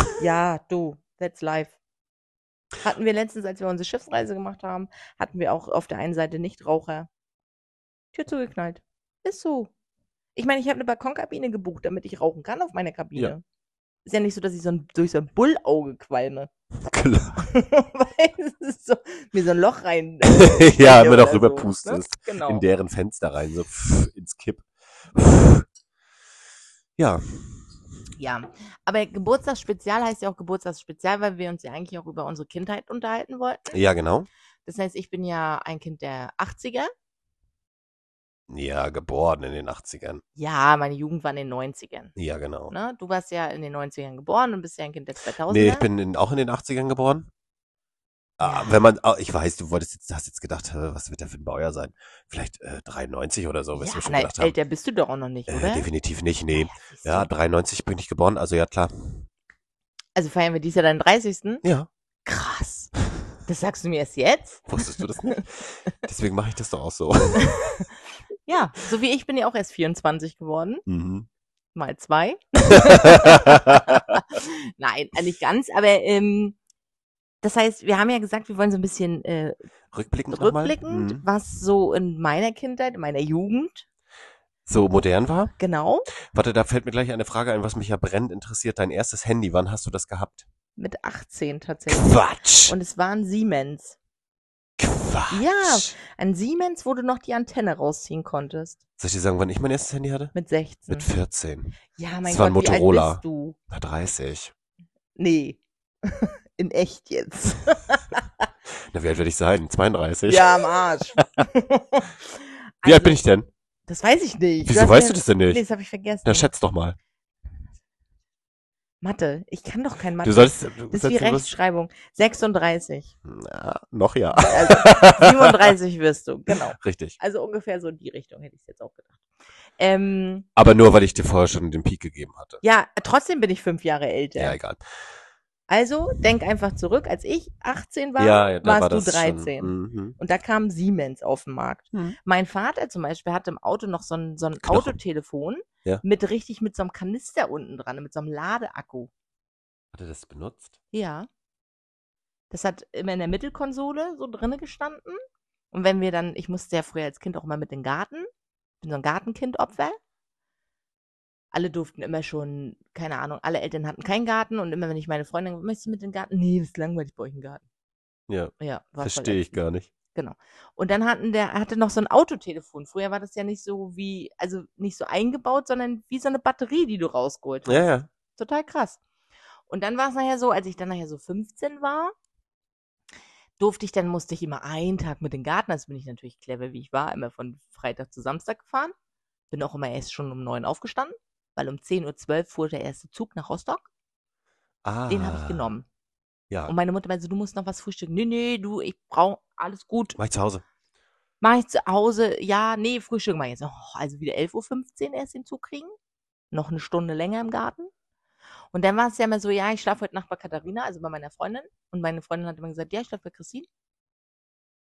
A: ich auch. Ja, du, that's life. Hatten wir letztens, als wir unsere Schiffsreise gemacht haben, hatten wir auch auf der einen Seite Nichtraucher. Tür zugeknallt. Ist so. Ich meine, ich habe eine Balkonkabine gebucht, damit ich rauchen kann auf meiner Kabine. Ist ja nicht so, dass ich so ein, durch so ein Bullauge qualme.
B: Klar.
A: Weißt du, so, mir so ein Loch rein.
B: ja, immer
A: oder
B: noch rüberpustest.
A: So, ne? Genau.
B: In deren Fenster rein, so pff, ins Kipp. Pff. Ja,
A: Ja, aber Geburtstagsspezial heißt ja auch Geburtstagsspezial, weil wir uns ja eigentlich auch über unsere Kindheit unterhalten wollten.
B: ja, genau.
A: Das heißt, ich bin ja ein Kind der 80er.
B: Ja, geboren in den 80ern.
A: Ja, meine Jugend war in den 90ern.
B: Ja, genau.
A: Ne? Du warst ja in den 90ern geboren und bist ja ein Kind der 2000er.
B: Nee, ich bin in, auch in den 80ern geboren. Ah,
A: Ja.
B: wenn man, ah, ich weiß, du wolltest jetzt, hast jetzt gedacht, hä, was wird der für ein Baujahr sein? Vielleicht äh, 93 oder so, wirst
A: ja,
B: du schon
A: nein,
B: gedacht haben.
A: älter bist du doch auch noch nicht,
B: Äh,
A: oder?
B: definitiv nicht, nee.
A: Ah, siehst du.
B: Ja, 93 bin ich geboren, also ja klar.
A: Also feiern wir dies Jahr deinen 30.
B: Ja,
A: Krass. Das sagst du mir erst jetzt?
B: wusstest du das nicht? Deswegen mache ich das doch auch so.
A: Ja, so wie ich bin ja auch erst 24 geworden.
B: Mhm.
A: Mal zwei. Nein, äh, nicht ganz, aber ähm, das heißt, wir haben ja gesagt, wir wollen so ein bisschen äh,
B: Rückblickend nochmal.
A: rückblickend,
B: Mhm.
A: was so in meiner Kindheit, in meiner Jugend,
B: So modern war.
A: genau,
B: Warte, da fällt mir gleich eine Frage ein, was mich ja brennend interessiert. Dein erstes Handy, wann hast du das gehabt?
A: mit 18 tatsächlich.
B: Quatsch!
A: Und es waren Siemens.
B: Quatsch.
A: Ja. An Siemens, wo du noch die Antenne rausziehen konntest.
B: Soll ich dir sagen, wann ich mein erstes Handy hatte?
A: Mit 16.
B: Mit 14.
A: ja, mein
B: es war ein
A: Gott, wie
B: Motorola.
A: alt bist du?
B: Na, 30.
A: Nee. In echt jetzt.
B: Na, wie alt werde ich sein? 32?
A: ja, am Arsch. Also,
B: Wie alt bin ich denn?
A: Das weiß ich nicht.
B: Wieso
A: hast
B: weißt
A: mir-
B: du das denn
A: Nee,
B: nicht?
A: das habe ich vergessen.
B: Na, schätz doch mal.
A: Mathe. Ich kann doch kein Mathe.
B: Du solltest. Du
A: das ist wie
B: solltest-
A: Rechtschreibung. 36.
B: Na, noch ja.
A: Also 37 wirst du, genau.
B: Richtig.
A: Also ungefähr so in die Richtung hätte ich es jetzt auch gedacht. Ähm,
B: Aber nur, weil ich dir vorher schon den Peak gegeben hatte.
A: ja, trotzdem bin ich fünf Jahre älter.
B: Ja, egal.
A: Also denk einfach zurück, als ich 18 war,
B: ja, ja, da
A: warst
B: war
A: du
B: das
A: 13.
B: Schon, mhm.
A: Und da kam Siemens auf den Markt.
B: Mhm.
A: Mein Vater zum Beispiel hatte im Auto noch so ein, so ein
B: Knochen.
A: Autotelefon
B: Ja.
A: mit richtig mit so einem Kanister unten dran, mit so einem Ladeakku.
B: Hat er das benutzt?
A: Ja. Das hat immer in der Mittelkonsole so drinne gestanden. Und wenn wir dann, ich musste ja früher als Kind auch mal mit in den Garten, bin so ein Gartenkindopfer. Alle durften immer schon, keine Ahnung, alle Eltern hatten keinen Garten und immer wenn ich meine Freundin, möchtest du mit in den Garten? Nee, das ist langweilig bei euch im Garten.
B: Ja,
A: Ja, war voll
B: verstehe ich
A: ätzend.
B: gar nicht.
A: Und dann hatten der, hatte noch so ein Autotelefon. Früher war das ja nicht so wie, also nicht so eingebaut, sondern wie so eine Batterie, die du rausgeholt hast.
B: Ja, ja.
A: Total krass. Und dann war es nachher so, als ich dann nachher so 15 war, durfte ich dann, musste ich immer einen Tag mit den Garten, also bin ich natürlich clever, wie ich war, immer von Freitag zu Samstag gefahren. Bin auch immer erst schon um neun aufgestanden, weil um 10.12 Uhr fuhr der erste Zug nach Rostock.
B: Ah,
A: Den habe ich genommen.
B: Ja,
A: Und meine Mutter meinte so, du musst noch was frühstücken. Nee, nee, du, ich brauche alles gut.
B: war ich zu Hause.
A: Mach ich zu Hause, ja, nee, Frühstück mach ich jetzt. Oh, also wieder 11.15 Uhr erst den Zug kriegen. Noch eine Stunde länger im Garten. Und dann war es ja immer so, ja, ich schlafe heute Nacht bei Katharina, also bei meiner Freundin. Und meine Freundin hat immer gesagt, ja, ich schlafe bei Christine.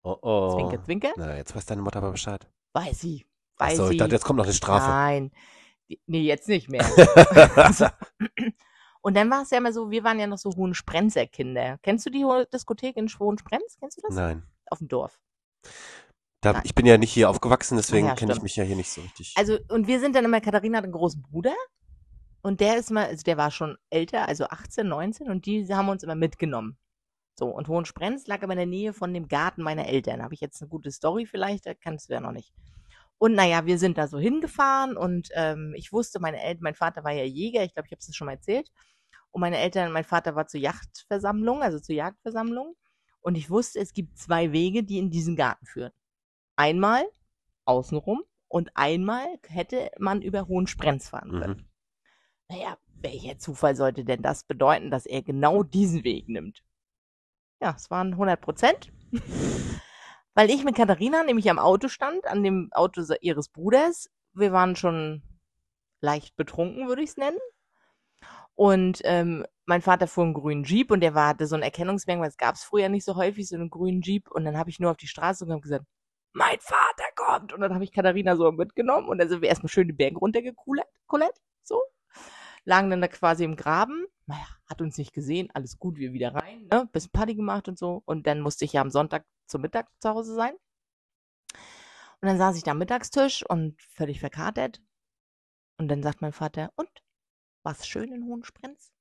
B: Oh, oh.
A: Zwinke, zwinke.
B: Na, jetzt weiß deine Mutter aber Bescheid.
A: Weiß sie. Weiß
B: Achso,
A: sie.
B: ich dachte, jetzt kommt noch eine Strafe.
A: Nein. Die- Nee, jetzt nicht mehr. Und dann war es ja immer so, wir waren ja noch so Hohensprenzer Kinder. Kennst du die Ho- Diskothek in Hohensprenz? Kennst du das?
B: Nein.
A: Auf dem Dorf.
B: Da,
A: Nein.
B: ich bin ja nicht hier aufgewachsen, deswegen
A: Ja,
B: kenne ich
A: stimmt.
B: mich ja hier nicht so richtig.
A: Also, und wir sind dann immer, Katharina hat einen großen Bruder. Und der ist mal, also der war schon älter, also 18, 19, und die haben uns immer mitgenommen. So, und Hohensprenz lag aber in der Nähe von dem Garten meiner Eltern. Habe ich jetzt eine gute Story vielleicht? Da kannst du ja noch nicht. Und naja, wir sind da so hingefahren und ähm, ich wusste, meine Eltern, mein Vater war ja Jäger, ich glaube, ich habe es schon mal erzählt. Und meine Eltern, mein Vater war zur Yachtversammlung, also zur Jagdversammlung. Und ich wusste, es gibt zwei Wege, die in diesen Garten führen. Einmal außenrum und einmal hätte man über Hohensprenz fahren können.
B: mhm.
A: Naja, welcher Zufall sollte denn das bedeuten, dass er genau diesen Weg nimmt? Ja, es waren 100 Prozent. Weil ich mit Katharina nämlich am Auto stand, an dem Auto se- ihres Bruders. Wir waren schon leicht betrunken, würde ich es nennen. Und ähm, mein Vater fuhr einen grünen Jeep und der war, hatte so ein Erkennungsmerkmal, das gab es früher nicht so häufig, so einen grünen Jeep. Und dann habe ich nur auf die Straße und habe gesagt, mein Vater kommt. Und dann habe ich Katharina so mitgenommen und dann sind wir erstmal schön die Berge runtergekullert, kullert, so. Lagen dann da quasi im Graben. Naja, hat uns nicht gesehen, alles gut, wir wieder rein, ne? Bisschen Party gemacht und so. Und dann musste ich ja am Sonntag zum Mittag zu Hause sein. Und dann saß ich da am Mittagstisch und völlig verkatert. Und dann sagt mein Vater, und? War's schön in Hohensprenz?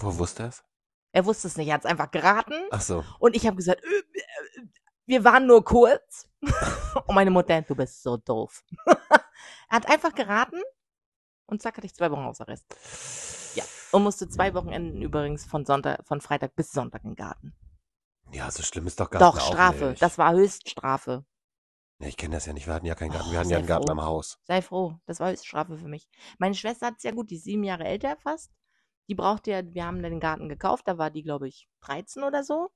B: Wo wusste er es?
A: Er wusste es nicht, er hat's einfach geraten.
B: Achso.
A: Und ich habe gesagt, äh, äh, wir waren nur kurz. Und meine Mutter, du bist so doof. er hat einfach geraten und zack hatte ich zwei Wochen Hausarrest. Ja. Und musste zwei Wochenenden übrigens von Sonntag, von Freitag bis Sonntag im Garten.
B: Ja, so schlimm ist doch Garten
A: Doch,
B: auch
A: Strafe.
B: nicht.
A: Das war Höchststrafe.
B: Ja, ich kenne das ja nicht. Wir hatten ja keinen Garten.
A: Oh,
B: Wir hatten ja
A: sei
B: einen Garten
A: froh.
B: am Haus.
A: Sei froh, das war Höchststrafe für mich. Meine Schwester hat es ja gut, die ist sieben Jahre älter fast. Die brauchte ja, wir haben den Garten gekauft, da war die, glaube ich, 13 oder so.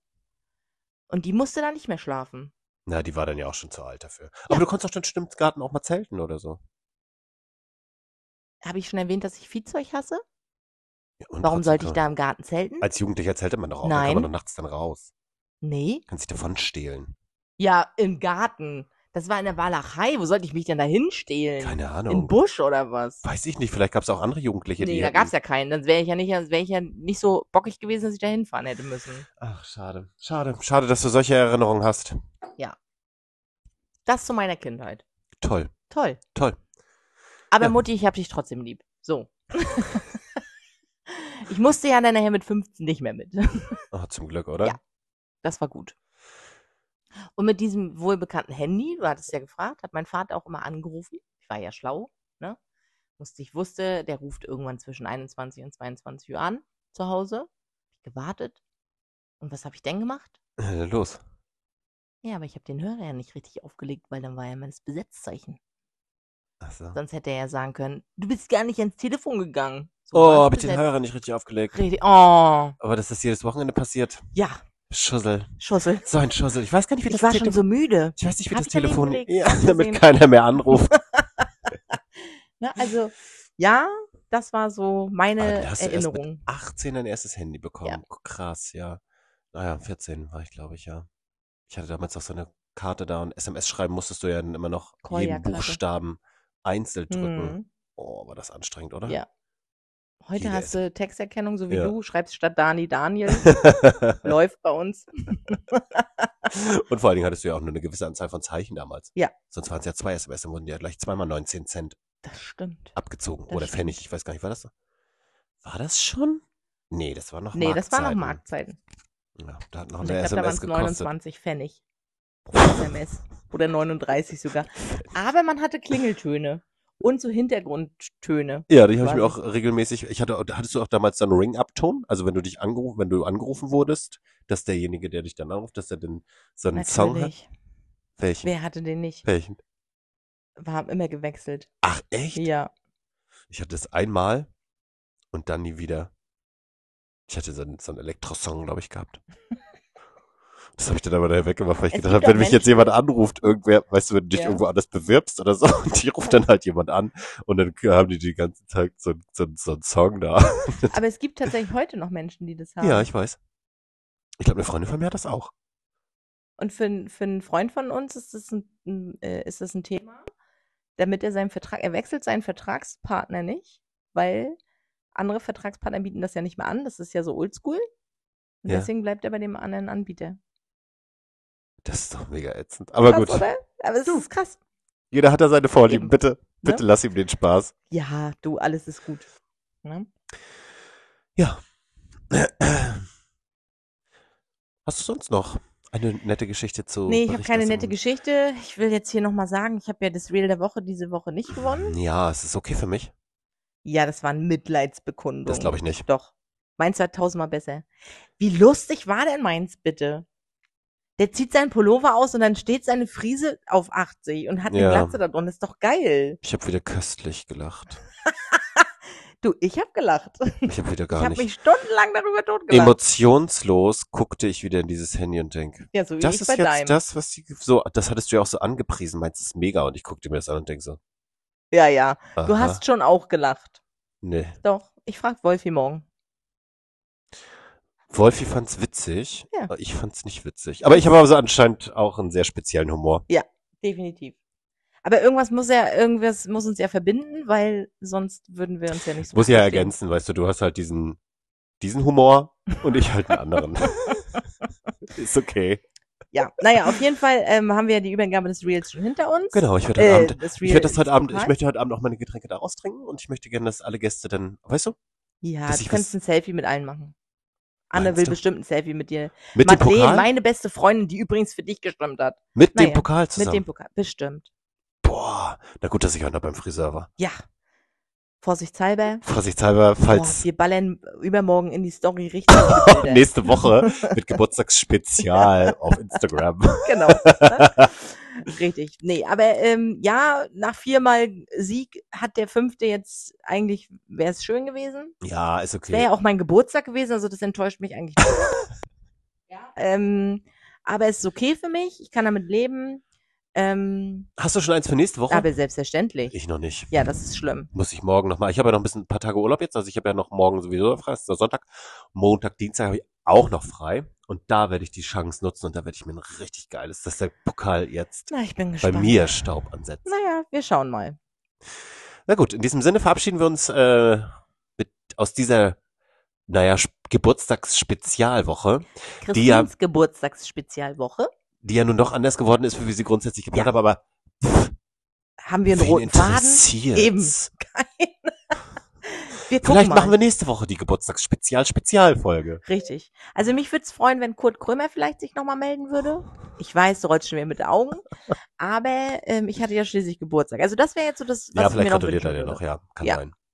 A: Und die musste da nicht mehr schlafen.
B: Na, die war dann ja auch schon zu alt dafür. Aber du konntest doch schon bestimmt im Garten auch mal zelten oder so.
A: Habe ich schon erwähnt, dass ich Viehzeug hasse?
B: Oh Ja,
A: Warum
B: und trotzdem
A: sollte ich
B: kann
A: da im Garten zelten?
B: man- Als Jugendlicher zeltet man doch auch. Dann
A: Nein.
B: kann man doch nachts dann raus.
A: Nee.
B: Kann sich davon stehlen.
A: Ja, im Garten. Das war in der Walachei. Wo sollte ich mich denn da hinstehlen?
B: Keine
A: Im
B: Ahnung.
A: Busch oder was?
B: Weiß ich nicht. Vielleicht gab es auch andere Jugendliche, die.
A: Nee, da
B: hätten-
A: gab's ja keinen. Dann wäre ich ja nicht, dann wäre ich ja nicht so bockig gewesen, dass ich da hinfahren hätte müssen.
B: Ach, schade. Schade. Schade, dass du solche Erinnerungen hast.
A: Das zu meiner Kindheit.
B: Toll.
A: Toll.
B: Toll.
A: Aber
B: Ja.
A: Mutti, ich hab dich trotzdem lieb. So. ich musste ja dann nachher mit 15 nicht mehr mit.
B: Ah, zum Glück, oder?
A: Ja. Das war gut. Und mit diesem wohlbekannten Handy, du hattest ja gefragt, hat mein Vater auch immer angerufen. Ich war ja schlau, ne? Musste, ich wusste, der ruft irgendwann zwischen 21 und 22 Uhr an zu Hause. Hab ich gewartet. Und was habe ich denn gemacht?
B: Äh, los.
A: Ja, aber ich habe den Hörer ja nicht richtig aufgelegt, weil dann war ja mein Besetzzeichen.
B: Ach so.
A: Sonst hätte er ja sagen können, du bist gar nicht ans Telefon gegangen. So
B: Oh,
A: war's
B: hab ich den
A: besetzt.
B: Hörer nicht richtig aufgelegt.
A: Richtig. Oh,
B: Aber dass das jedes Wochenende passiert.
A: ja,
B: Schussel.
A: Schussel.
B: So ein Schussel. Ich weiß gar nicht, wie
A: Ich
B: das
A: war
B: Telefon.
A: schon so müde.
B: ich weiß nicht, wie
A: Hab
B: das
A: ich daneben
B: Telefon.
A: gelegt,
B: Ja,
A: aus
B: damit
A: Versehen.
B: keiner mehr anruft.
A: Ne? Also, ja, das war so
B: Aber
A: meine
B: dann hast du erst mit
A: Erinnerung.
B: 18 dein erstes Handy bekommen. Krass, ja. Naja, 14 war ich, glaube ich, ja. Ich hatte damals auch so eine Karte da und SMS schreiben musstest du ja dann immer noch
A: Kolja
B: jeden
A: Karte.
B: Buchstaben einzeln drücken.
A: Hm.
B: Oh, war das anstrengend, oder?
A: Ja. Heute
B: Jeder
A: hast du Texterkennung, so wie
B: Ja.
A: du, schreibst statt Dani Daniel, läuft bei uns.
B: und vor allen Dingen hattest du ja auch nur eine gewisse Anzahl von Zeichen damals.
A: Ja.
B: Sonst waren es ja zwei SMS, dann wurden die ja gleich zweimal 19 Cent
A: Das stimmt.
B: abgezogen.
A: Das
B: oder
A: stimmt.
B: Pfennig, ich weiß gar nicht, war das so? War das schon? Nee, das war noch
A: Nee, das war noch
B: Markzeiten.
A: Marktzeiten.
B: Ja, da hat noch
A: Und
B: eine
A: ich glaube, da waren
B: SMS
A: es
B: gekostet.
A: 29 Pfennig pro SMS. Oder 39 sogar. Aber man hatte Klingeltöne und so Hintergrundtöne.
B: Ja, die habe ich
A: Quasi.
B: mir auch regelmäßig. Ich hatte, hattest du auch damals dann Ring-Up-Ton? Also wenn du dich angerufen, wenn du angerufen wurdest, dass derjenige, der dich dann anruft, dass er den so einen Song hat.
A: Natürlich.
B: Welchen?
A: Wer hatte den nicht?
B: Welchen?
A: Wir haben immer gewechselt.
B: Ach echt?
A: Ja.
B: Ich hatte das einmal und dann nie wieder. Ich hatte so einen, so einen Elektrosong, glaube ich, gehabt. Das habe ich dann aber daher weggemacht, weil ich
A: Es
B: gedacht
A: gibt
B: habe,
A: auch
B: wenn mich jetzt
A: Menschen-
B: jemand anruft, irgendwer, weißt du, wenn du dich
A: Ja.
B: irgendwo anders bewirbst oder so, und die ruft dann halt jemand an und dann haben die die ganze Zeit so, so, so einen Song da.
A: Aber es gibt tatsächlich heute noch Menschen, die das haben.
B: Ja, ich weiß. Ich glaube, eine Freundin von mir hat das auch.
A: Und für, n- für einen Freund von uns ist das ein, ein, äh, ist das ein Thema, damit er seinen Vertrag, er wechselt seinen Vertragspartner nicht, weil andere Vertragspartner bieten das ja nicht mehr an. Das ist ja so oldschool. Und
B: Ja.
A: deswegen bleibt er bei dem anderen Anbieter.
B: Das ist doch mega ätzend. Aber
A: krass,
B: gut,
A: oder? Aber es ist krass.
B: jeder hat da seine Vorlieben.
A: Eben.
B: Bitte,
A: Ne?
B: bitte lass ihm den Spaß.
A: Ja, du, alles ist gut. Ne?
B: Ja. Hast du sonst noch eine nette Geschichte zu
A: nee, ich habe keine
B: Berichterstattung?
A: nette Geschichte. Ich will jetzt hier nochmal sagen, ich habe ja das Reel der Woche diese Woche nicht gewonnen.
B: Ja, es ist okay für mich.
A: Ja, das waren Mitleidsbekundungen.
B: Das glaube ich nicht.
A: Doch. Meins war tausendmal besser. Wie lustig war denn meins bitte? Der zieht seinen Pullover aus und dann steht seine Friese auf 80 und hat eine
B: Ja.
A: Glatze da drin. Ist doch geil.
B: Ich habe wieder köstlich gelacht.
A: Du, ich hab gelacht.
B: Ich habe wieder
A: ich
B: gar
A: hab mich
B: nicht.
A: stundenlang darüber totgelacht.
B: Emotionslos guckte ich wieder in dieses Handy und denke,
A: ja, so wie
B: das
A: ich
B: ist
A: bei
B: jetzt
A: deinem.
B: das, was die so, das hattest du ja auch so angepriesen, meinst, das ist mega und ich guckte mir das an und denke so,
A: Ja, ja.
B: aha,
A: Du hast schon auch gelacht.
B: nee.
A: Doch. Ich frag Wolfi morgen.
B: Wolfi fand's witzig,
A: Ja.
B: aber ich fand's nicht witzig. Aber ich habe also anscheinend auch einen sehr speziellen Humor.
A: Definitiv. Aber irgendwas muss ja, irgendwas muss uns ja verbinden, weil sonst würden wir uns ja nicht so.
B: Muss ich ja
A: verstehen.
B: ergänzen, weißt du, du hast halt diesen, diesen Humor und ich halt einen anderen. Ist okay.
A: Ja, naja, auf jeden Fall ähm, haben wir ja die Übergabe des Reels schon hinter uns.
B: Genau, ich werde heute
A: Äh,
B: Abend,
A: das Reel
B: ich werde das heute
A: ist
B: Abend, ich
A: lokal.
B: möchte heute Abend auch meine Getränke daraus trinken und ich möchte gerne, dass alle Gäste dann, weißt du,
A: Ja,
B: dass
A: du
B: ich
A: kannst ein Selfie mit allen machen. Anne
B: Meinst
A: will
B: du?
A: bestimmt ein Selfie mit dir.
B: mit dem
A: Madeleine,
B: Pokal,
A: meine beste Freundin, die übrigens für dich gestimmt hat.
B: mit dem
A: naja,
B: Pokal zusammen.
A: Mit dem Pokal. Bestimmt.
B: Boah, na gut, dass ich heute noch beim Friseur war.
A: Ja. Vorsichtshalber.
B: Vorsichtshalber,
A: Boah,
B: falls
A: wir ballern übermorgen in die Story richtig. viele Bilder.
B: nächste Woche mit Geburtstagsspezial auf Instagram.
A: Genau. richtig. Nee, aber ähm, ja, nach viermal Sieg hat der fünfte jetzt eigentlich, wäre es schön gewesen.
B: Ja, ist
A: Es wäre
B: okay.
A: ja auch mein Geburtstag gewesen, also das enttäuscht mich eigentlich. nicht. ja. ähm, aber es ist okay für mich, ich kann damit leben. Ähm,
B: Hast du schon eins für nächste Woche?
A: aber selbstverständlich.
B: ich noch nicht.
A: Ja, das ist schlimm.
B: Muss ich morgen nochmal. Ich habe ja noch ein bisschen ein paar Tage Urlaub jetzt. Also ich habe ja noch morgen sowieso frei. Es ist ja Sonntag. Montag, Dienstag habe ich auch noch frei. Und da werde ich die Chance nutzen und da werde ich mir ein richtig geiles, dass der Pokal jetzt
A: Na, ich bin
B: bei
A: gespannt.
B: mir Staub ansetzt.
A: Naja, wir schauen mal.
B: Na gut, in diesem Sinne verabschieden wir uns äh, mit, aus dieser, naja, Sp- Geburtstagsspezialwoche, Die ja-
A: Christins Geburtstagsspezialwoche.
B: die ja nun doch anders geworden ist, wie wir sie grundsätzlich geplant haben, aber
A: Haben wir einen
B: wen
A: roten Faden?
B: interessiert's?
A: Eben. Kein- Wir gucken
B: Vielleicht
A: mal.
B: machen wir nächste Woche die Geburtstags-Spezial-Spezialfolge.
A: Richtig. Also mich würde es freuen, wenn Kurt Krömer vielleicht sich nochmal melden würde. Ich weiß, du rollst schon wieder mit den Augen. Aber ähm, ich hatte ja schließlich Geburtstag. Also das wäre jetzt so das, was
B: Ja,
A: ich mir
B: vielleicht
A: noch
B: gratuliert er
A: wünschen würde.
B: dir noch, ja. Kann
A: Ja.
B: sein.